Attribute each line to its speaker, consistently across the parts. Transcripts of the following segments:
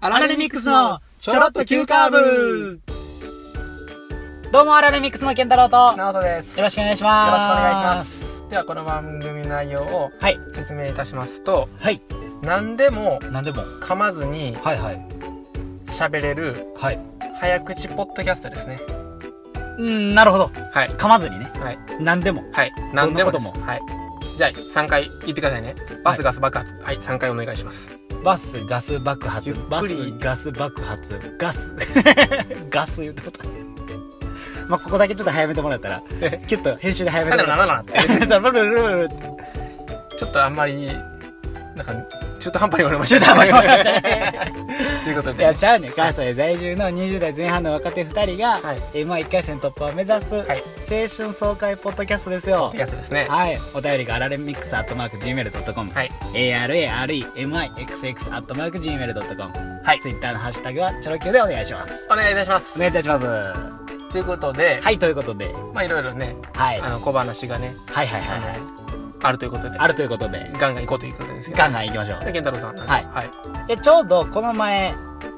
Speaker 1: アラレミックスのちょろっと急カーブどうもアラレミックスの健太郎とよ
Speaker 2: ナオトです。よ
Speaker 1: ろしくお願いします
Speaker 2: ろしくお願いします。ではこの番組の内容を
Speaker 1: はい
Speaker 2: 説明いたしますと、
Speaker 1: はい
Speaker 2: 何でも
Speaker 1: 何でも
Speaker 2: 噛まずに
Speaker 1: はいはい
Speaker 2: 喋れる
Speaker 1: はい
Speaker 2: 早口ポッドキャストですね。
Speaker 1: うんなるほど
Speaker 2: はい
Speaker 1: 噛まずにね
Speaker 2: はい
Speaker 1: 何でも
Speaker 2: はい。何でもです
Speaker 1: どんなこ
Speaker 2: はい。じゃあ3回言ってくださいね。バスガス爆発。はい、3回お願いします。
Speaker 1: バスガス爆発
Speaker 2: ゆっくり
Speaker 1: バスガス爆発ガスガス言ってことまあここだけちょっと早めてもらったらキュッと編集で早め
Speaker 2: な
Speaker 1: て
Speaker 2: な
Speaker 1: も
Speaker 2: な
Speaker 1: らっ
Speaker 2: ななって。
Speaker 1: たらそうブルブルブルブルって
Speaker 2: ちょっとあんまりなんか中途半端に終わりまし
Speaker 1: 中途
Speaker 2: た。
Speaker 1: 半端に終わりましたね
Speaker 2: ということ
Speaker 1: いや
Speaker 2: で。
Speaker 1: ちゃうね関西在住の20代前半の若手2人が、
Speaker 2: はい。
Speaker 1: えー、まあ1回戦突破を目指す、
Speaker 2: はい
Speaker 1: 青春爽快ポッドキャストです
Speaker 2: ポッ
Speaker 1: よ
Speaker 2: ドキャストですね。
Speaker 1: はいお便りがアラレミックスアットマーク Gmail.com、
Speaker 2: はい
Speaker 1: ARAREMIXX アットマーク Gmail.com
Speaker 2: はい
Speaker 1: ツイッターのハッシュタグはチョロ Q でお願いします
Speaker 2: お願いいたします
Speaker 1: お。願いいたしますは
Speaker 2: ということで、
Speaker 1: いということで、
Speaker 2: まあいろいろね、
Speaker 1: はい、
Speaker 2: あ
Speaker 1: はい
Speaker 2: の小話がね、
Speaker 1: はいはい
Speaker 2: あ
Speaker 1: はい
Speaker 2: のあるということで。
Speaker 1: あるということで
Speaker 2: ガンガン行こうということですけど。
Speaker 1: ガンガンいきましょう
Speaker 2: で、健太郎さん。
Speaker 1: はい
Speaker 2: はい。
Speaker 1: でちょうどこの前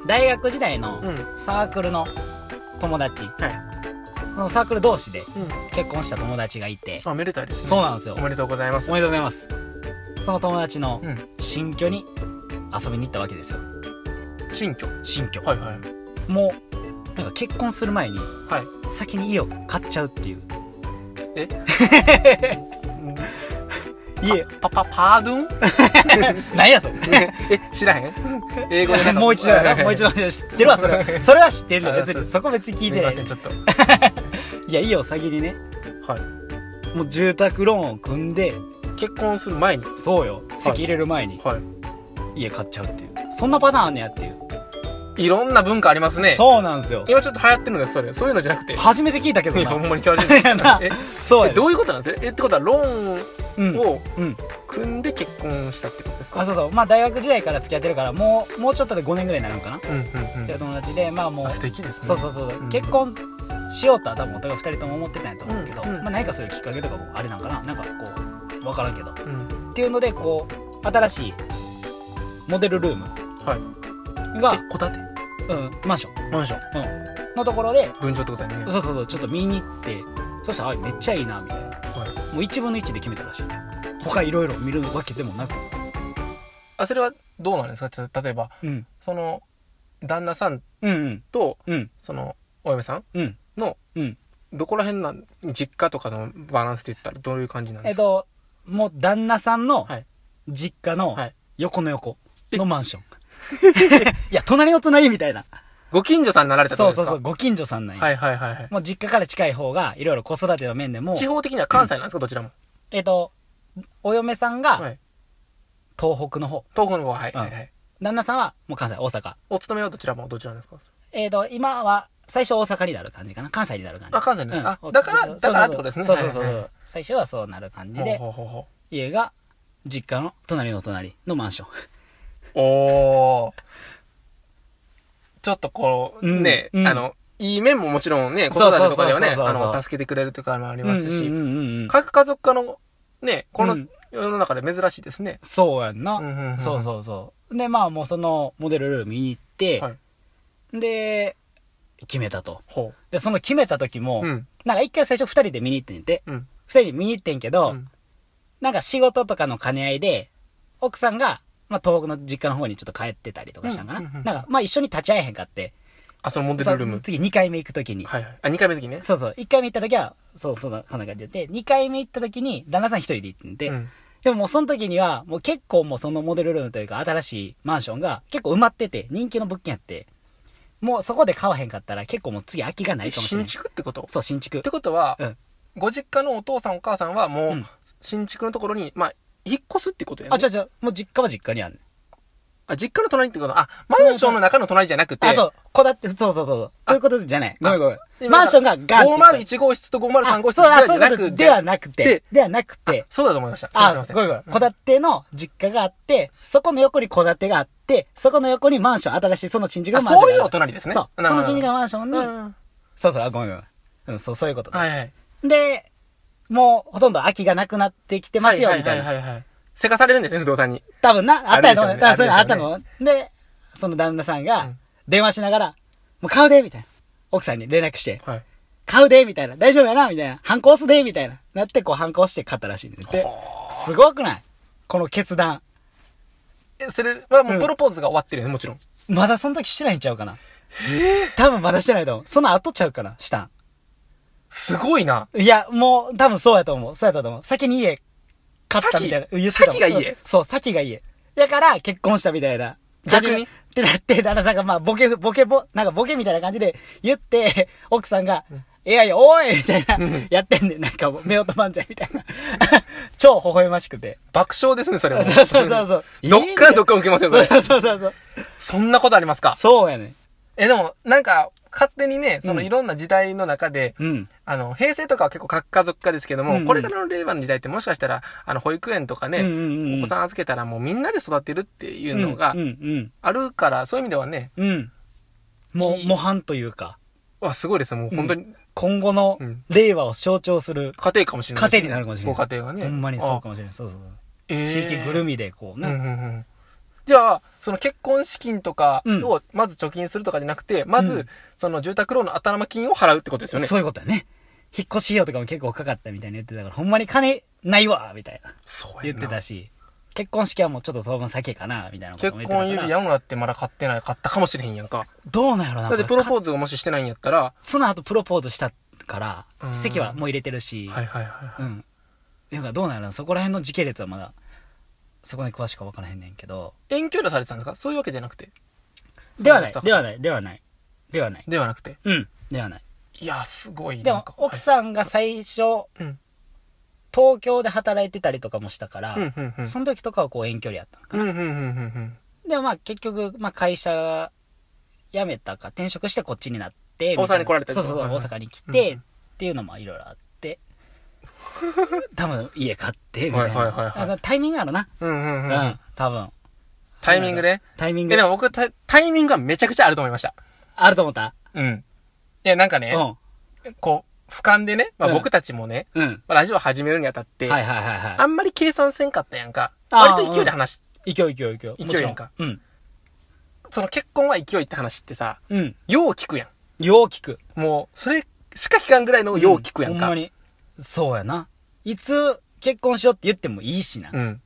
Speaker 1: 大学時代の
Speaker 2: うん。
Speaker 1: サークルの友達、
Speaker 2: はい
Speaker 1: そのサークル同士で
Speaker 2: うん。
Speaker 1: 結婚した友達がいて
Speaker 2: あ、めでたいですね。
Speaker 1: そうなんですよ
Speaker 2: おめでとうございます。
Speaker 1: おめでとうございますその友達の
Speaker 2: うん
Speaker 1: 新居に遊びに行ったわけですよ
Speaker 2: 新居。
Speaker 1: 新居、
Speaker 2: はいはい。
Speaker 1: もうなんか結婚する前に
Speaker 2: はい。
Speaker 1: 先に家を買っちゃうっていう
Speaker 2: え
Speaker 1: 家
Speaker 2: パパパードゥン
Speaker 1: 何やそれ
Speaker 2: え、知らへ ん英語で なんか
Speaker 1: もう一度やなもう一度知ってるわそ れそれは知ってるの
Speaker 2: あ
Speaker 1: 別
Speaker 2: そう
Speaker 1: にそこ別に聞い
Speaker 2: す
Speaker 1: て
Speaker 2: い
Speaker 1: な
Speaker 2: ま
Speaker 1: い
Speaker 2: せん、ちょっと。
Speaker 1: いや家を先にね
Speaker 2: はい。
Speaker 1: もう住宅ローンを組んで
Speaker 2: 結婚する前に。
Speaker 1: そうよ籍入れる前に
Speaker 2: は
Speaker 1: 家買っちゃうっていうそんなパターンあんねやっていう
Speaker 2: い。いろんな文化ありますね。
Speaker 1: そうなんですよ
Speaker 2: 今ちょっと流行ってるのがそれ。そういうのじゃなくて。
Speaker 1: 初めて聞いたけど
Speaker 2: いや、ほん
Speaker 1: な
Speaker 2: まに嫌われてる
Speaker 1: な
Speaker 2: え
Speaker 1: そう
Speaker 2: え
Speaker 1: や
Speaker 2: どういうことなんですかえ、ってことは、ロー
Speaker 1: うん
Speaker 2: ンを
Speaker 1: うん
Speaker 2: 組んで結婚したってことですか
Speaker 1: あそうそうまあ大学時代から付き合ってるからもうもうちょっとで5年ぐらいになるのかな、
Speaker 2: うんうん
Speaker 1: って
Speaker 2: う
Speaker 1: いう友達でまあも
Speaker 2: ん。
Speaker 1: う
Speaker 2: あ、素敵ですね。
Speaker 1: そうそうそう、
Speaker 2: うん
Speaker 1: 結婚しようとは多分お互い2人とも思ってたんやと思うけど、
Speaker 2: うんうん
Speaker 1: まあ、何かそういうきっかけとかもあれなんかななんかこう分からんけどっ
Speaker 2: うん。
Speaker 1: ていうのでこう新しいモデルルーム
Speaker 2: は
Speaker 1: が、
Speaker 2: い。戸建て
Speaker 1: うん、マンション
Speaker 2: マンション
Speaker 1: のところで
Speaker 2: 分譲ってことだよね。
Speaker 1: そうそうそうちょっと見に行ってそしたらあめっちゃいいなみたいな
Speaker 2: はい
Speaker 1: もう1分の1で決めたらしい他いろいろ見るわけでもなく、
Speaker 2: あそれはどうなんですかちょっと例えば
Speaker 1: うん、
Speaker 2: その旦那さん
Speaker 1: うんうん
Speaker 2: と
Speaker 1: うん
Speaker 2: そのお嫁さん
Speaker 1: うん
Speaker 2: の
Speaker 1: うん
Speaker 2: どこら辺なん実家とかのバランスって言ったらどういう感じなん
Speaker 1: え
Speaker 2: で
Speaker 1: っ
Speaker 2: すか、
Speaker 1: ともう旦那さんの
Speaker 2: はい
Speaker 1: 実家の
Speaker 2: はい
Speaker 1: 横の横のマンション いや隣の隣みたいな
Speaker 2: ご近所さんになられたって
Speaker 1: そ
Speaker 2: こ
Speaker 1: う
Speaker 2: と
Speaker 1: そ
Speaker 2: で
Speaker 1: うそ
Speaker 2: すか
Speaker 1: うご近所さんなんや、
Speaker 2: はいはいはいはい
Speaker 1: もう実家から近い方がいろいろ子育ての面でも
Speaker 2: 地方的には関西なんですかどちらも
Speaker 1: えっとお嫁さん
Speaker 2: は
Speaker 1: が
Speaker 2: い
Speaker 1: 東北の方
Speaker 2: 東北の方ははいはいはい
Speaker 1: 旦那さんはもう関西大阪
Speaker 2: お勤めはどちらもどちらなんですか
Speaker 1: えっ、と今は最初大阪になる感じかな関西になる感じ
Speaker 2: あ関西になるあ
Speaker 1: うん
Speaker 2: だから
Speaker 1: そうそうそう
Speaker 2: だからってことですね
Speaker 1: そうそうそう、
Speaker 2: はいはいはい
Speaker 1: 最初はそうなる感じで
Speaker 2: ほうほうほ
Speaker 1: 家が実家の隣の隣のマンション
Speaker 2: うおおちょっとこう
Speaker 1: うん
Speaker 2: ね
Speaker 1: うん
Speaker 2: あのいい面ももちろんね子
Speaker 1: そう
Speaker 2: 育
Speaker 1: そうそ
Speaker 2: て
Speaker 1: う
Speaker 2: とかではね
Speaker 1: そうそう
Speaker 2: あ
Speaker 1: そう
Speaker 2: の助けてくれるとかもあり
Speaker 1: い
Speaker 2: ますし
Speaker 1: うんうんうんうん
Speaker 2: 核家族化のねこ
Speaker 1: う
Speaker 2: の
Speaker 1: ん
Speaker 2: 世の中で珍しいですね、
Speaker 1: そうやんな、
Speaker 2: うんうんうんうん
Speaker 1: そうそうそうでまあもうそのモデルルーム見に行って、
Speaker 2: はい
Speaker 1: で決めたと
Speaker 2: ほ
Speaker 1: でその決めた時も、
Speaker 2: うん
Speaker 1: なんか一回最初二人で見に行ってんて、
Speaker 2: うん
Speaker 1: 二人で見に行ってんけど、
Speaker 2: うん
Speaker 1: なんか仕事とかの兼ね合いで、奥さんが、まあ、東北の実家の方にちょっと帰ってたりとかしたんかな。
Speaker 2: うんうんうん
Speaker 1: なんか、まあ、一緒に立ち会えへんかって。
Speaker 2: あそのモデルルー
Speaker 1: そ
Speaker 2: ム
Speaker 1: う次二回目行くときに。
Speaker 2: はいはいあ2回目の時ね
Speaker 1: そうそう。一回目行ったときは、そうそう、そんな感じで。二回目行ったときに、旦那さん一人で行ってんで、
Speaker 2: うん
Speaker 1: でももうその時には、もう結構もうそのモデルルームというか、新しいマンションが結構埋まってて、人気の物件やって。もうそこで買わへんかったら、結構もう次空きがないかもしれな
Speaker 2: 新
Speaker 1: い。
Speaker 2: 築ってことっ
Speaker 1: そう、新築
Speaker 2: て。ことは、
Speaker 1: うん
Speaker 2: ご実家のお父さんお母さんはもう、
Speaker 1: うん
Speaker 2: 新築のところにまあ引っ越すってことやね
Speaker 1: あ、ちょちょ、もう実家は実家にある、ねん。
Speaker 2: あ実家の隣ってことあマンションの中の隣じゃなくて
Speaker 1: あ、そう、こだって、そうそうそうそう。ということじゃない。ごめんごめ
Speaker 2: で
Speaker 1: ん。マンションがガンって
Speaker 2: 501号室と503号室
Speaker 1: あそうあ
Speaker 2: じ
Speaker 1: そう
Speaker 2: ゃ
Speaker 1: いう
Speaker 2: な
Speaker 1: こ
Speaker 2: く
Speaker 1: と
Speaker 2: て
Speaker 1: ではなくて
Speaker 2: で、
Speaker 1: ではなくて、
Speaker 2: そうだと思いましたすい
Speaker 1: あ
Speaker 2: ま、せん
Speaker 1: ごめんごめん。
Speaker 2: うん
Speaker 1: 戸建ての実家があって、そこの横に戸建てがあって、そこの横にマンション、新しいその新宿の
Speaker 2: あ
Speaker 1: マンションがあ
Speaker 2: そ
Speaker 1: る。
Speaker 2: ういうお隣ですね
Speaker 1: そう。その新宿
Speaker 2: が
Speaker 1: のマンションに、
Speaker 2: うん
Speaker 1: そうそう、あ、ごめんごめん。うん、そう、そういうこと。
Speaker 2: はいはい
Speaker 1: で、もう、ほとんど空きがなくなってきてますよ、みたいな。
Speaker 2: はいはいはいはいせかされるんですね不動産に
Speaker 1: 多分な、あったやと思う。
Speaker 2: あるでしょうね
Speaker 1: 多分それあ
Speaker 2: あ
Speaker 1: っ
Speaker 2: るで
Speaker 1: た
Speaker 2: しょ
Speaker 1: の。で、その旦那さん
Speaker 2: う
Speaker 1: が
Speaker 2: ん、
Speaker 1: 電話しながら、もう買うでみたいな。奥さんに連絡して、
Speaker 2: はい。
Speaker 1: 買うでみたいな。大丈夫やなみたいな。反抗すでみたいな。なって、こう反抗して買ったらしいんですで
Speaker 2: はあ
Speaker 1: すごくないこの決断。
Speaker 2: え、それは
Speaker 1: う
Speaker 2: もうんプロポーズが終わってるよね、もちろん。
Speaker 1: まだその時してないんちゃうかな。多分まだしてないと思う。その後ちゃうかな、したん。
Speaker 2: すごいな。
Speaker 1: いや、もう、多分そうやと思う。そうやったと思う。先に家、買ったみたいな。
Speaker 2: 先
Speaker 1: 言ってたもん
Speaker 2: 先が家
Speaker 1: うんそう、先が家。だから、結婚したみたいな。
Speaker 2: 逆に
Speaker 1: ってなって、旦那さんが、まあ、ボケ、ボケ、ボ、なんかボケみたいな感じで言って、 奥さんが、いやいや、おいみたいな
Speaker 2: うん、
Speaker 1: やってんねん。なんかもう、夫婦漫才みたいな。 超微笑ましくて。
Speaker 2: 爆笑ですね、それ
Speaker 1: そう
Speaker 2: は。
Speaker 1: そうそうそう。
Speaker 2: どっからどっから受けますよ、そ
Speaker 1: そう
Speaker 2: れ。
Speaker 1: そうそうそう。
Speaker 2: そんなことありますか
Speaker 1: そうやね。
Speaker 2: え、でも、なんか、勝手にね、そうの
Speaker 1: ん
Speaker 2: いろんな時代の中で、
Speaker 1: うん。
Speaker 2: あの、平成とかは結構核家族化ですけども、
Speaker 1: うんうん
Speaker 2: これからの令和の時代ってもしかしたら、あの、保育園とかね、
Speaker 1: うんうんうん
Speaker 2: お子さん預けたらもうみんなで育てるっていううのが
Speaker 1: んうん
Speaker 2: あるから、そういう意味ではね、
Speaker 1: うん。うん。もう、模範というか、
Speaker 2: わ、すごいですね。もう本当に
Speaker 1: 今後の
Speaker 2: うん
Speaker 1: 令和を象徴する、
Speaker 2: 家庭かもしれないですね、
Speaker 1: 家庭になるかもしれない
Speaker 2: ご家庭がね。
Speaker 1: ほんまにそうかも
Speaker 2: も。
Speaker 1: しれない。そうそうそう。
Speaker 2: えー
Speaker 1: 地域ぐるみでこう
Speaker 2: うん
Speaker 1: ね。
Speaker 2: うんうん。じゃあ、その結婚資金とか
Speaker 1: うん
Speaker 2: をまず貯金するとかじゃなくて、まず、
Speaker 1: うん
Speaker 2: その住宅ローンの頭金を払うってことですよね。
Speaker 1: そういうことだね。引っ越し費用とかも結構かかったみたいに言ってたから、ほんまに金ないわみたいな。
Speaker 2: そうや
Speaker 1: 言っ
Speaker 2: な
Speaker 1: てたし、結婚式はもうちょっと当分先かなみたいなことも言って
Speaker 2: 結
Speaker 1: たから。
Speaker 2: 婚指輪もらってまだ買ってない、買ったかもしれへんやんか。
Speaker 1: どうなんやろな。
Speaker 2: だってプロ
Speaker 1: ーズ。
Speaker 2: ポーズをもししてないんやったら、
Speaker 1: その後プロポーズしたから
Speaker 2: う、ん
Speaker 1: 史跡はもう入れてるし、
Speaker 2: はいはいは
Speaker 1: うん。だからどうなんやろな。そこら辺の時系列はまだ、そこに詳しくは分からへんねんけど。
Speaker 2: い。遠距離をされてたんですかそういうわけじゃなくて。
Speaker 1: ではない
Speaker 2: そう、
Speaker 1: ではない、ではない。ではない。
Speaker 2: ではなくて。
Speaker 1: うん。ではない。
Speaker 2: いや、すごい。
Speaker 1: で
Speaker 2: なん
Speaker 1: も
Speaker 2: か、
Speaker 1: 奥さんが最初、
Speaker 2: はいうん。
Speaker 1: 東京で働いてたりとかもしたから、
Speaker 2: うんうんうん。
Speaker 1: その時とかはこう遠距離やったのか
Speaker 2: うん
Speaker 1: な。
Speaker 2: うんうんうんうん。
Speaker 1: でもまあ結局、まあ会社辞めたか転職してこっちになって。みたいな
Speaker 2: 大阪に来られたり
Speaker 1: そ
Speaker 2: と
Speaker 1: う
Speaker 2: か
Speaker 1: そう、
Speaker 2: はいはい
Speaker 1: 大阪に来
Speaker 2: う
Speaker 1: て、
Speaker 2: ん
Speaker 1: っていうのもいろいろあ って。多分家買って、みたいな。
Speaker 2: はいはいはいは
Speaker 1: だ
Speaker 2: い
Speaker 1: からタイミングあるな。
Speaker 2: うんう
Speaker 1: うん
Speaker 2: うん
Speaker 1: ん、多分。
Speaker 2: タイミングね。
Speaker 1: タイミン
Speaker 2: え、
Speaker 1: グ
Speaker 2: でも僕タイ、タイミングがめちゃくちゃあると思いました。
Speaker 1: あると思った
Speaker 2: うん。いや、なんかね、
Speaker 1: う
Speaker 2: こう、俯瞰でね、まあ
Speaker 1: うん
Speaker 2: 僕たちもね、
Speaker 1: ん。うん。
Speaker 2: まあラジオ始めるにあたって、
Speaker 1: はいはいはい
Speaker 2: あ
Speaker 1: は
Speaker 2: んまり計算せんかったやんか。
Speaker 1: あー
Speaker 2: 割と勢いで話し、
Speaker 1: い。勢い勢い勢い。
Speaker 2: 勢いやんか
Speaker 1: もちろん。
Speaker 2: その結婚は勢いって話ってさ、
Speaker 1: うん。うん。
Speaker 2: よう聞くや
Speaker 1: よう聞く。
Speaker 2: ん。もう、それしか聞かんぐらいのよう聞くやん
Speaker 1: ほ
Speaker 2: か。
Speaker 1: んまに。そうやな。いつ結婚しようって言ってもいいしな
Speaker 2: う。ん。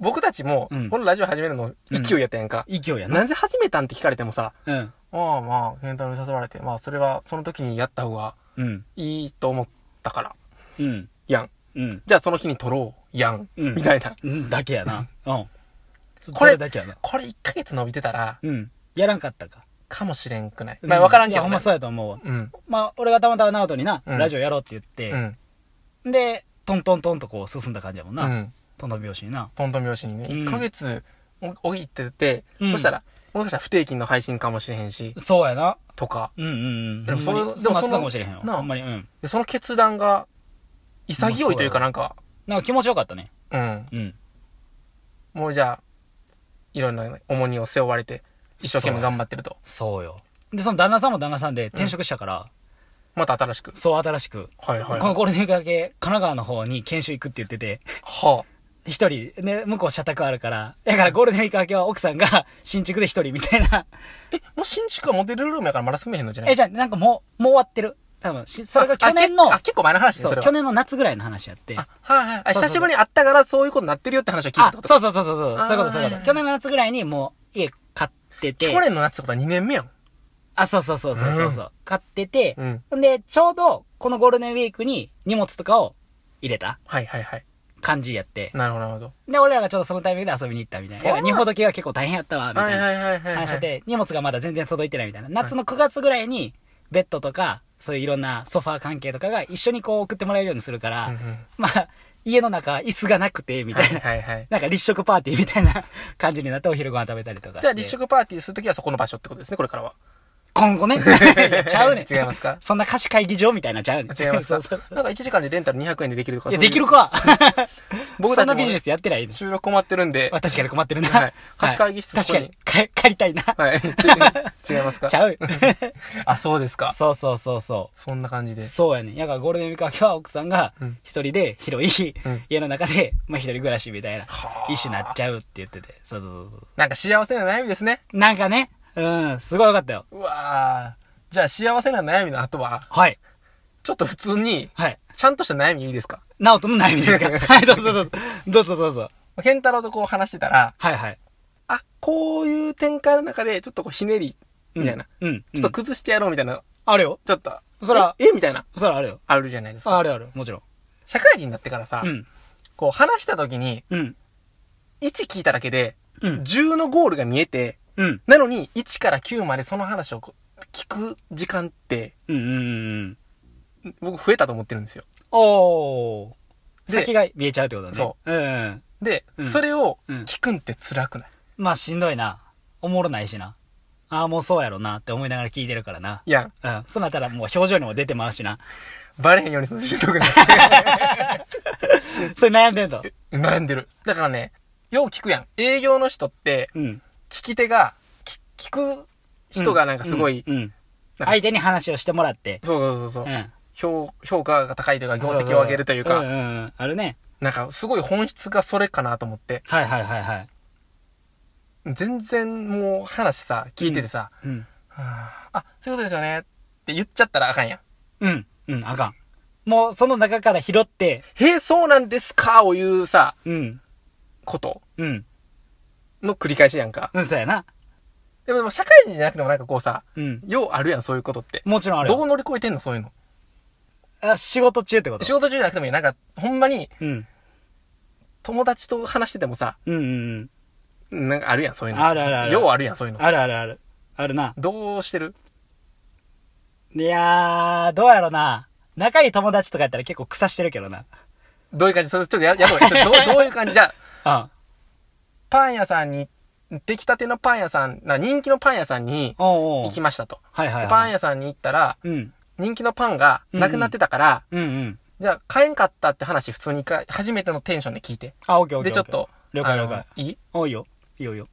Speaker 2: 僕たちも、
Speaker 1: うん
Speaker 2: このラジオ始めるの勢いやったやんか。
Speaker 1: 勢いや
Speaker 2: な
Speaker 1: な。
Speaker 2: ぜ始めたんって聞かれてもさ、
Speaker 1: うん。
Speaker 2: ああまあ、健太郎に誘われて、まあそれはその時にやった方が
Speaker 1: うん。
Speaker 2: いいと思ったから、
Speaker 1: うん。
Speaker 2: やん。
Speaker 1: うん。
Speaker 2: じゃあその日に撮ろう、やん。
Speaker 1: うん
Speaker 2: みたいな。
Speaker 1: うん。だけやな。うん。
Speaker 2: これ
Speaker 1: だけやな。
Speaker 2: これ1ヶ月伸びてたら、
Speaker 1: うん。やらんかったか。
Speaker 2: かもしれんくない。まあわからんけ
Speaker 1: いや
Speaker 2: ど、
Speaker 1: ほ
Speaker 2: ね。
Speaker 1: んまそうやと思うわ。
Speaker 2: うん。
Speaker 1: まあ、俺がたまたま直人にな、
Speaker 2: うん
Speaker 1: ラジオやろうって
Speaker 2: う
Speaker 1: 言っ
Speaker 2: ん。
Speaker 1: て、で、トントントンとこう進んだ感じやもん
Speaker 2: う
Speaker 1: な。
Speaker 2: ん。
Speaker 1: トントン拍子にな。
Speaker 2: トントン拍子にね、
Speaker 1: うん
Speaker 2: 1ヶ月お、おぎってて、
Speaker 1: うん
Speaker 2: そしたら、もしかしたら不定期の配信かもしれへんし、
Speaker 1: そうやな。
Speaker 2: とか。
Speaker 1: うんうんうん。
Speaker 2: でもそ
Speaker 1: ほ
Speaker 2: れ
Speaker 1: んまに
Speaker 2: で
Speaker 1: そ
Speaker 2: も
Speaker 1: うなって
Speaker 2: その
Speaker 1: たかもしれへんわ。
Speaker 2: なあ
Speaker 1: ほんまに。うん。
Speaker 2: で、その決断が、潔いというかなんか、
Speaker 1: なんか気持ちよかったね。
Speaker 2: うん。
Speaker 1: うん。
Speaker 2: もうじゃあ、いろんな重荷を背負われて、一生懸命頑張ってると。
Speaker 1: そうよ。で、その旦那さんも旦那さんで転職したから、
Speaker 2: また新しく。
Speaker 1: そう新しく、
Speaker 2: はいはい、
Speaker 1: この
Speaker 2: はい。
Speaker 1: ゴールデンウィーク明け、神奈川の方に研修行くって言ってて、
Speaker 2: は
Speaker 1: 一人、ね、向こう社宅あるから、だからゴールデンウィーク明けは奥さんが新築で一人みたい な。
Speaker 2: あ、え、もう新築はモデルルームやからまだ住めへんのじゃない
Speaker 1: え、じゃあなんかもう、もう終わってる。多分、しそれが去年
Speaker 2: あ
Speaker 1: の
Speaker 2: けあ、結構前の話です
Speaker 1: そ
Speaker 2: それ
Speaker 1: う、
Speaker 2: は
Speaker 1: 去年の夏ぐらいの話やって。
Speaker 2: あ、はいはいあ。
Speaker 1: そうそうそう
Speaker 2: 久しぶりに会ったからそういうことになってるよって話を聞いた
Speaker 1: あ
Speaker 2: って、こと
Speaker 1: そうそうそうそう、そう
Speaker 2: あー
Speaker 1: そういうこと、そういうこ
Speaker 2: はいはい
Speaker 1: と。去年の夏ぐらいにもう家買ってて。
Speaker 2: 去年の夏ってことは2年目やん。
Speaker 1: あ、そうそうそうそうそうそう、買ってて、
Speaker 2: うん。
Speaker 1: んで、ちょうど、このゴールデンウィークに荷物とかを入れた
Speaker 2: はいはいはい。
Speaker 1: 感じやって。
Speaker 2: なるほどなるほど。
Speaker 1: で、俺らがちょうどそのタイミングで遊びに行ったみたいな。
Speaker 2: そう
Speaker 1: いや日本時計は結構大変やったわ、みたいな
Speaker 2: はいはいはい
Speaker 1: 話して
Speaker 2: はい。
Speaker 1: て、荷物がまだ全然届いてないみたいな。夏の9月ぐらいに、ベッドとか、そういういろんなソファー関係とかが一緒にこう送ってもらえるようにするから、
Speaker 2: うんうん
Speaker 1: まあ、家の中椅子がなくて、みた
Speaker 2: はい
Speaker 1: な。
Speaker 2: いはいはい。
Speaker 1: なんか立食パーティーみたいな感じになってお昼ご飯食べたりとかして。
Speaker 2: じゃあ立食パーティーするときはそこの場所ってことですね、これから は。
Speaker 1: 今 後ね。ちゃうねん。
Speaker 2: 違いますか
Speaker 1: そんな貸し会議場みたいなちゃうねん。
Speaker 2: 違いますか
Speaker 1: そうそう
Speaker 2: なんか1時間でレンタル200円でできるとか。
Speaker 1: いや、でき
Speaker 2: る
Speaker 1: るか。 そ
Speaker 2: 僕た
Speaker 1: ん
Speaker 2: ち
Speaker 1: な
Speaker 2: もね
Speaker 1: ビジネスやってないの。
Speaker 2: 収録困ってるんで
Speaker 1: まあ、、確かに困ってるな。
Speaker 2: はい。貸し会議室
Speaker 1: 確
Speaker 2: そ
Speaker 1: か
Speaker 2: こ
Speaker 1: に
Speaker 2: に。。
Speaker 1: か 借りたいな。
Speaker 2: はい。違いますか
Speaker 1: ちゃう。
Speaker 2: あ、そうですか。
Speaker 1: そうそうそうそ
Speaker 2: そんな感じ
Speaker 1: う。
Speaker 2: で。
Speaker 1: そうやねん。だからゴールデンウィーク明けは奥さんが
Speaker 2: うん、
Speaker 1: 一人で広い
Speaker 2: うん
Speaker 1: 家の中で、まあ一人暮らしみたいな、
Speaker 2: はあ
Speaker 1: 一種なっちゃうって言ってて。そうそうそう
Speaker 2: なんか幸せな悩みですね。
Speaker 1: そう。なんかね、うん、すごいよかったよ。
Speaker 2: うわーじゃあ幸せな悩みの後は、
Speaker 1: はい。
Speaker 2: ちょっと普通に、
Speaker 1: はい。
Speaker 2: ちゃんとした悩みいいですか
Speaker 1: ナオトの悩みです かはい、どうぞどうぞ。どうぞどうぞ。
Speaker 2: ケンタロウとこう話してたら、
Speaker 1: はいはい。
Speaker 2: あ、こういう展開の中で、ちょっとこうひねり、
Speaker 1: うん
Speaker 2: みたいな。。
Speaker 1: うん。
Speaker 2: ちょっと崩してやろうみたいな。
Speaker 1: あるよ。
Speaker 2: ちょっと、
Speaker 1: そら
Speaker 2: え、えみたいな。
Speaker 1: それあるよ。
Speaker 2: あるじゃないですか。
Speaker 1: あるある。もちろん。
Speaker 2: 社会人になってからさ、
Speaker 1: うん。
Speaker 2: こう話した時に、
Speaker 1: うん。
Speaker 2: 1聞いただけで、
Speaker 1: うん。
Speaker 2: 10のゴールが見えて、
Speaker 1: うん。
Speaker 2: なのに、1から9までその話をこう聞く時間って、
Speaker 1: うんうんうんうん。
Speaker 2: 僕増えたと思ってるんですよ。
Speaker 1: おー。
Speaker 2: で
Speaker 1: 先が見えちゃうってことね。。
Speaker 2: そう
Speaker 1: うん。
Speaker 2: で、
Speaker 1: うん
Speaker 2: それを
Speaker 1: うん
Speaker 2: 聞くんって辛くない、
Speaker 1: まあしんどいな。おもろないしな。ああ、もうそうやろなって思いながら聞いてるからな。
Speaker 2: いや、
Speaker 1: うん。そうなったらもう表情にも出てまうしな。
Speaker 2: バレへんようにしんどくない
Speaker 1: それ悩んでんと。
Speaker 2: 悩んでる。だからね、よう聞くやん。営業の人って、
Speaker 1: うん。
Speaker 2: 聞き手が、き聞く人がなんかすごい、
Speaker 1: うん。うん
Speaker 2: なんか
Speaker 1: 相手に話をしてもらって。
Speaker 2: そうそうそう
Speaker 1: う
Speaker 2: そう、
Speaker 1: ん。
Speaker 2: 評、評価が高いというか、業績を上げるというか、
Speaker 1: んうんうん。あるね。
Speaker 2: なんかすごい本質がそれかなと思って、
Speaker 1: はいはいはいはい。
Speaker 2: 全然もう話さ、聞いててさ、
Speaker 1: うん。
Speaker 2: はああ、そういうことですよねって言っちゃったらあかんやん。
Speaker 1: うん。うん。あかん。もうその中から拾って。
Speaker 2: へえ、そうなんですかを言うさ、
Speaker 1: うん。
Speaker 2: こと
Speaker 1: うん。
Speaker 2: の繰り返しやんか。
Speaker 1: うん、そうやな。
Speaker 2: でもでも社会人じゃなくてもなんかこうさ、
Speaker 1: うん。
Speaker 2: ようあるやん、そういうことって。
Speaker 1: もちろんあるよ。
Speaker 2: どう乗り越えてんの、そういうの。
Speaker 1: あ、仕事中ってこと
Speaker 2: 仕事中じゃなくてもいい。なんか、ほんまに
Speaker 1: うん。
Speaker 2: 友達と話しててもさ、
Speaker 1: うんうん
Speaker 2: なんかあるやん、そう
Speaker 1: う。
Speaker 2: いうんの。
Speaker 1: あるあるある。
Speaker 2: ようあるやん、そういうの。
Speaker 1: あるあるある。あるな。
Speaker 2: どうしてる
Speaker 1: いやー、どうやろな。仲いい友達とかやったら結構草してるけどな。
Speaker 2: どういう感じそれちょっとや、やろうよ。ちょっと どうどういう感じじゃあ
Speaker 1: うん。
Speaker 2: パン屋さんに、出来たてのパン屋さん、な人気のパン屋さんに
Speaker 1: おうおう
Speaker 2: 行きましたと。
Speaker 1: はいはいはい。
Speaker 2: パン屋さんに行ったら、
Speaker 1: うん。
Speaker 2: 人気のパンがなくなってたから、
Speaker 1: うんうん。
Speaker 2: じゃあ買えんかったって話普通にか初めてのテンションで聞いて。
Speaker 1: あ、オッケーオッケ
Speaker 2: で、
Speaker 1: ー。
Speaker 2: ちょっと。
Speaker 1: 了解
Speaker 2: あの
Speaker 1: 了解。
Speaker 2: いい
Speaker 1: おいよ。いいよいいよ。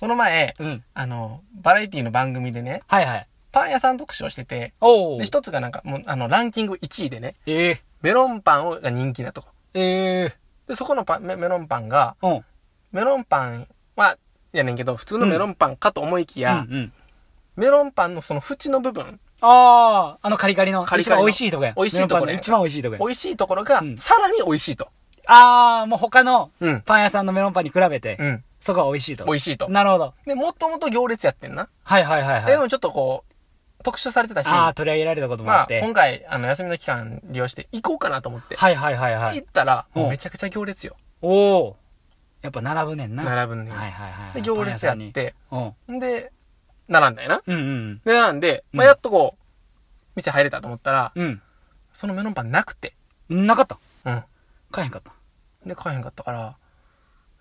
Speaker 2: この前、
Speaker 1: うん。
Speaker 2: あの、バラエティの番組でね、
Speaker 1: はいはい。
Speaker 2: パン屋さん特集をしてて、
Speaker 1: おお
Speaker 2: で、。一つがなんか、もう、あの、ランキング1位でね、
Speaker 1: ええ
Speaker 2: メロンパンをが人気だと。
Speaker 1: ええ
Speaker 2: で、そこのパン、メメロンパンが、
Speaker 1: うん。うん
Speaker 2: メロンパンは、やねんけど、普通のメロンパンかと思いきや、
Speaker 1: うん。
Speaker 2: メロンパンのその縁の部分、
Speaker 1: あー、あのカリカリの。
Speaker 2: カリカリ
Speaker 1: 一番
Speaker 2: の
Speaker 1: 美味しいとこや。
Speaker 2: 美味しいと
Speaker 1: メロン
Speaker 2: こね
Speaker 1: パンの一番美味しいとこや
Speaker 2: 美。味しいところが
Speaker 1: うん、
Speaker 2: さらに美味しいと。
Speaker 1: あー、もう他の
Speaker 2: うん。
Speaker 1: パン屋さんのメロンパンに比べて
Speaker 2: う、ん。
Speaker 1: そこは美味しいと。
Speaker 2: 美味しいと。
Speaker 1: なるほど。
Speaker 2: で、もともと行列やってんな。
Speaker 1: はいはいはい
Speaker 2: で
Speaker 1: はい。
Speaker 2: もちょっとこう、特集されてたし、
Speaker 1: あー、取り上げられたこともあ
Speaker 2: ま
Speaker 1: っ
Speaker 2: あ、
Speaker 1: て。
Speaker 2: 今回、あの、休みの期間利用して行こうかなと思って。
Speaker 1: はいはいはいはい
Speaker 2: 行。ったら、
Speaker 1: うん
Speaker 2: もうめちゃくちゃ行列よ。
Speaker 1: おおやっぱ並ぶねんな。
Speaker 2: 並ぶんね。
Speaker 1: はいはいはい。
Speaker 2: で、行列やって、
Speaker 1: パン屋さんに。
Speaker 2: で、並んだよな。
Speaker 1: うん。うん
Speaker 2: で、並んで、ま
Speaker 1: うん
Speaker 2: あ、やっとこう、店入れたと思ったら、
Speaker 1: うん。
Speaker 2: そのメロンパンなくて。
Speaker 1: うん。なかった。
Speaker 2: うん。
Speaker 1: 買えへんかった。
Speaker 2: で、買えへんかったから、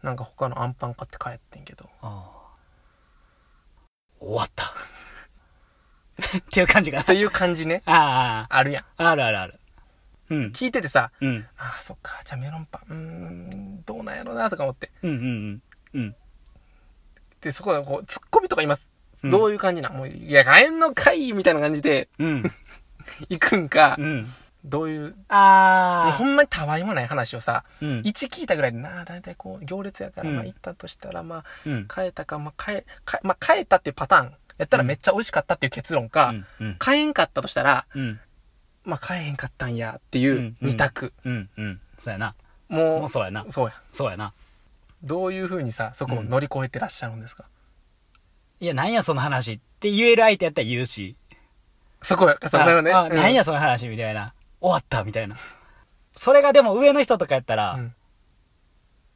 Speaker 2: なんか他のアンパン買って帰ってんけど。
Speaker 1: ああ。終わった。っていう感じかな。
Speaker 2: という感じね。
Speaker 1: あ
Speaker 2: あるやん。
Speaker 1: あ、あるあるある。うん。
Speaker 2: 聞いててさ、
Speaker 1: うん。
Speaker 2: ああ、そっか、じゃあメロンパン、うーん、どうなんやろな、とか思って。
Speaker 1: うんうんうん。うん。
Speaker 2: で、そこでこう、ツッコミとかいます。
Speaker 1: うん
Speaker 2: どういう感じなんもう、いや、買えんのかいみたいな感じで、
Speaker 1: うん。
Speaker 2: 行くんか、
Speaker 1: うん。
Speaker 2: どういう、
Speaker 1: あ
Speaker 2: ほんまにたわいもない話を
Speaker 1: あ。
Speaker 2: さ、
Speaker 1: うん。
Speaker 2: 1聞いたぐらいで、なあ、だいたいこう、行列やから、
Speaker 1: うん
Speaker 2: まあ行ったとしたら、まあ、
Speaker 1: うん。
Speaker 2: 変えたか、まあ、変え、かまあ、変えたっていうパターン、やったら
Speaker 1: うん
Speaker 2: めっちゃ美味しかったっていう結論か、
Speaker 1: うん。うん。
Speaker 2: 変えんかったとしたら、
Speaker 1: うん。
Speaker 2: まあ、変えへんかったんやって
Speaker 1: う
Speaker 2: いうん
Speaker 1: うん
Speaker 2: 二択。
Speaker 1: うん。うん。そうやな。も
Speaker 2: も
Speaker 1: うそうやな
Speaker 2: う、。そうや。
Speaker 1: そうやな。
Speaker 2: どういうふうにさ、そこを乗り越えてらっしゃるんですか、
Speaker 1: いや、なんやその話って言える相手やったら言うし。
Speaker 2: そこや、そこよね。
Speaker 1: ああ
Speaker 2: うん
Speaker 1: 何やその話みたいな。終わったみたいな。それがでも上の人とかやったら、
Speaker 2: うん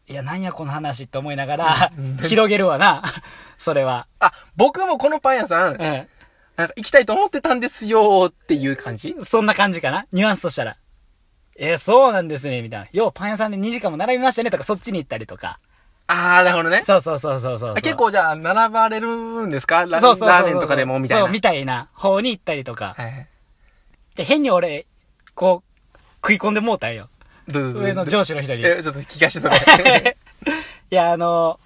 Speaker 1: いや、なんやこの話って思いながら、
Speaker 2: うん
Speaker 1: 広げるわな。それは。
Speaker 2: あ、僕もこのパン屋さん、
Speaker 1: うん。
Speaker 2: なんか行きたいと思ってたんですよーっていう感じ
Speaker 1: そんな感じかな。ニュアンスとしたら。えーそうなんですね、みたいな。よう、パン屋さんで2時間も並びましたね、とか、そっちに行ったりとか。
Speaker 2: あー、なるほどね。
Speaker 1: そうそうそうそうそう。
Speaker 2: あ結、構じゃあ、並ばれるんです
Speaker 1: そ
Speaker 2: かラ
Speaker 1: うそうそうそう
Speaker 2: ラーメンとかでもみたいな。
Speaker 1: そう、みたいな方に行ったりとか。
Speaker 2: はいはい
Speaker 1: で、変に俺、こう、食い込んでもうたんよ。
Speaker 2: どうぞどうぞ
Speaker 1: 上の上司の人に。い
Speaker 2: え、ちょっと聞かしてそ れ。
Speaker 1: や、あの、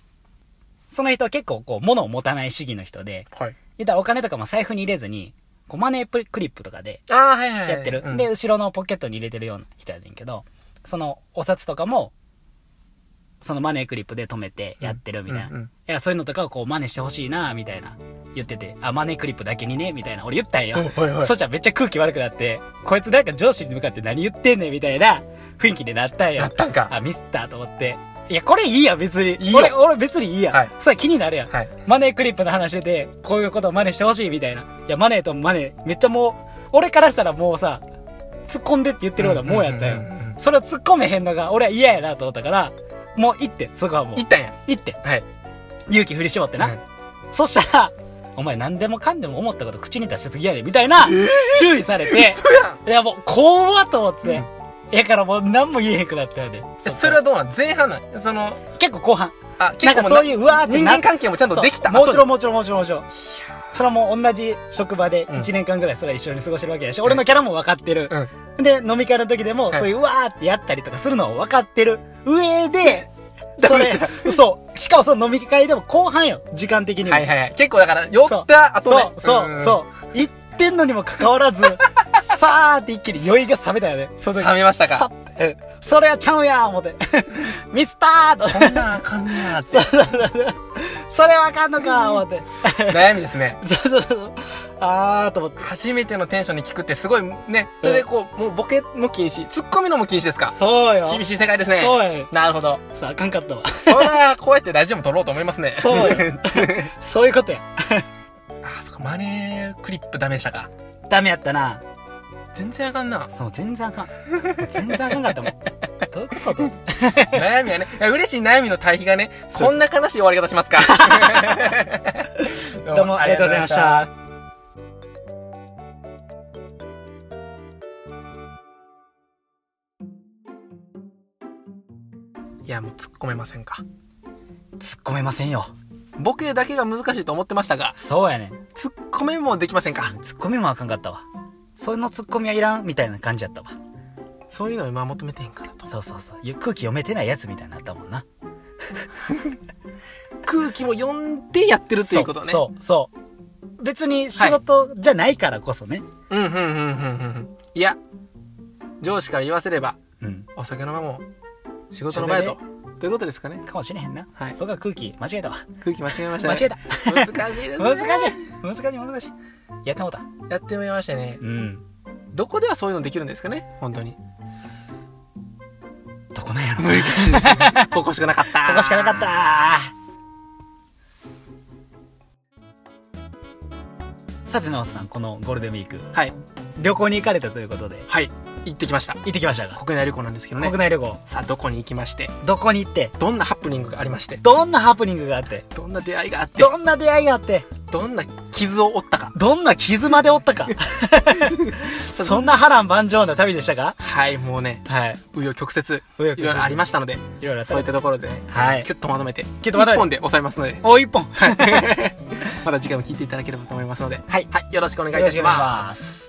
Speaker 1: その人は結構こう、物を持たない主義の人で、
Speaker 2: はい。
Speaker 1: 言ったらお金とかも財布に入れずに、こうマネープクリップとかで
Speaker 2: ああ、はいはいはい。
Speaker 1: やってる。
Speaker 2: うん
Speaker 1: で、後ろのポケットに入れてるような人やねんけど、そのお札とかも、そのマネークリップで止めてやってるみたいな。
Speaker 2: うんうんうん
Speaker 1: いや、そういうのとかをこう真似してほしいな、みたいな。言ってて、あ、マネークリップだけにね、みたいな。俺言ったんよ。
Speaker 2: おはいはい
Speaker 1: そしたらめっちゃ空気悪くなって、こいつなんか上司に向かって何言ってんねん、みたいな雰囲気になったんよ。
Speaker 2: なったんか
Speaker 1: あ、ミスったと思って。いや、これいいや、別に。
Speaker 2: いいよ
Speaker 1: 俺、俺別にいいや。
Speaker 2: はい
Speaker 1: それ気になるやん。
Speaker 2: はい。
Speaker 1: マネークリップの話で、こういうことを真似してほしいみたいな。いや、マネーとマネー、めっちゃもう、俺からしたらもうさ、突っ込んでって言ってるようなもうやったよ
Speaker 2: うんうんうんうん。
Speaker 1: それを突っ込めへんのが、俺は嫌やなと思ったから、もう行って、そこはもう
Speaker 2: 行。ったんや。
Speaker 1: 行って、
Speaker 2: はい。
Speaker 1: 勇気振り絞ってな。
Speaker 2: うん
Speaker 1: そしたら、お前何でもかんでも思ったこと口に出しすぎやで、みたいな、注意され て、
Speaker 2: そうやん
Speaker 1: いやもう、怖っと思っ
Speaker 2: う
Speaker 1: て。やからもう何も言えへんくなったよね。
Speaker 2: えそれはどうなん前半なんその、
Speaker 1: 結構後半。
Speaker 2: あ、
Speaker 1: なんか
Speaker 2: も
Speaker 1: そういううわーって
Speaker 2: 人
Speaker 1: な
Speaker 2: 間関係もちゃんとできた。
Speaker 1: そうもちろん
Speaker 2: ん。
Speaker 1: もちろんもちろんもちろん。それはもう同じ職場で
Speaker 2: うん
Speaker 1: 1年間ぐらいそれは一緒に過ごしてるわけやし、俺のキャラも分かってる。
Speaker 2: うん。
Speaker 1: で、飲み会の時でも、
Speaker 2: はい
Speaker 1: そういううわーってやったりとかするのを分かってる上で、そ
Speaker 2: ダ
Speaker 1: れ
Speaker 2: メじゃん、
Speaker 1: そう。しかもその飲み会でも後半よ、時間的にも。
Speaker 2: はいはいはい。結構だから、酔った後ね
Speaker 1: そ。う、そう、そう。行ってんのにもかかわらず、 さーって一気に酔いが冷めたよね。その時
Speaker 2: 冷めましたか
Speaker 1: さうんそれはちゃうやん、思 って。ミスターと。
Speaker 2: うん。こんなあかんなあって。
Speaker 1: それはあかんのか、思って。
Speaker 2: 悩みですね。
Speaker 1: そうそうそう。あーと思って。
Speaker 2: 初めてのテンションに聞くってすごいね。それでこう、もうボケも禁止、ツッコミのも禁止ですか。
Speaker 1: そうよ。
Speaker 2: 厳しい世界ですね。
Speaker 1: そうやね。
Speaker 2: なるほど。
Speaker 1: さあ、あかんかったわ。
Speaker 2: そりゃ、こうやってラジオも撮ろうと思いますね。
Speaker 1: そうよ。そういうことや。
Speaker 2: あ、そっか、マネークリップダメでしたか。
Speaker 1: ダメやったな。
Speaker 2: 全然あかんな。
Speaker 1: そう、全然あかん。全然あかんかったもん。どういうこと
Speaker 2: 悩みがね。いや嬉しい悩みの対比がね、
Speaker 1: そうそう
Speaker 2: こんな悲しい終わり方しますか。
Speaker 1: どうもありがとうございました。。
Speaker 2: いや、もう突っ込めませんか。
Speaker 1: 突っ込めませんよ。
Speaker 2: ボケだけが難しいと思ってましたが、
Speaker 1: そうやねん。
Speaker 2: 突っ込めもできませんか。
Speaker 1: ツッコミもあかんかったわ。そのツッコミはいらんみたいな感じやったわ。
Speaker 2: そういうのを今求めてへんからと。
Speaker 1: そうそうそう。ゆ空気読めてないやつみたいになったもんな。
Speaker 2: 空気も読んでやってるっていうことね。
Speaker 1: そうそうそう。別に仕事じゃないからこそね。
Speaker 2: うんうんうんうんうんうん。いや、上司から言わせれば、
Speaker 1: うん。
Speaker 2: お酒の場も仕事の前と
Speaker 1: そ。
Speaker 2: ということですかね。
Speaker 1: かもしれへんな。
Speaker 2: はい
Speaker 1: そうか空気間違えたわ。
Speaker 2: 空気間違えました
Speaker 1: 間
Speaker 2: ね。
Speaker 1: 違えた。
Speaker 2: 難しいですね。
Speaker 1: 難しい。難しい難しい。やってもうた。
Speaker 2: やってみましたね。
Speaker 1: うん。
Speaker 2: どこではそういうのできるんですかね本当に。
Speaker 1: どこなんやろ
Speaker 2: 難し いですね。ここしかなかった。
Speaker 1: ここしかなかったさて直人さんこのゴールデンウィーク
Speaker 2: はい。
Speaker 1: 旅行に行かれたということで
Speaker 2: はい。行ってきました。
Speaker 1: 行ってきましたが、
Speaker 2: 国内旅行なんですけどね
Speaker 1: 国。内旅行
Speaker 2: さあ、どこに行きまして、
Speaker 1: どこに行って
Speaker 2: どんなハプニングがありまして、
Speaker 1: どんなハプニングがあって
Speaker 2: どんな出会いがあって、
Speaker 1: どんな出会いがあって
Speaker 2: どんな傷を負ったか。
Speaker 1: どんな傷まで負った かそんな波乱万丈な旅でしたか
Speaker 2: はい、もうね、
Speaker 1: はい
Speaker 2: 紆余曲折、
Speaker 1: いろ
Speaker 2: いろいろありま
Speaker 1: し
Speaker 2: したので、
Speaker 1: たいろいろあった
Speaker 2: そういったところで、
Speaker 1: はい
Speaker 2: キュッとまとめて、
Speaker 1: キュッ
Speaker 2: 一
Speaker 1: とまとめて
Speaker 2: 本で抑えますので、
Speaker 1: お一本
Speaker 2: まだ次回も聞いていただければと思いますので、
Speaker 1: はい
Speaker 2: はい、よろしくお願いいたします。
Speaker 1: す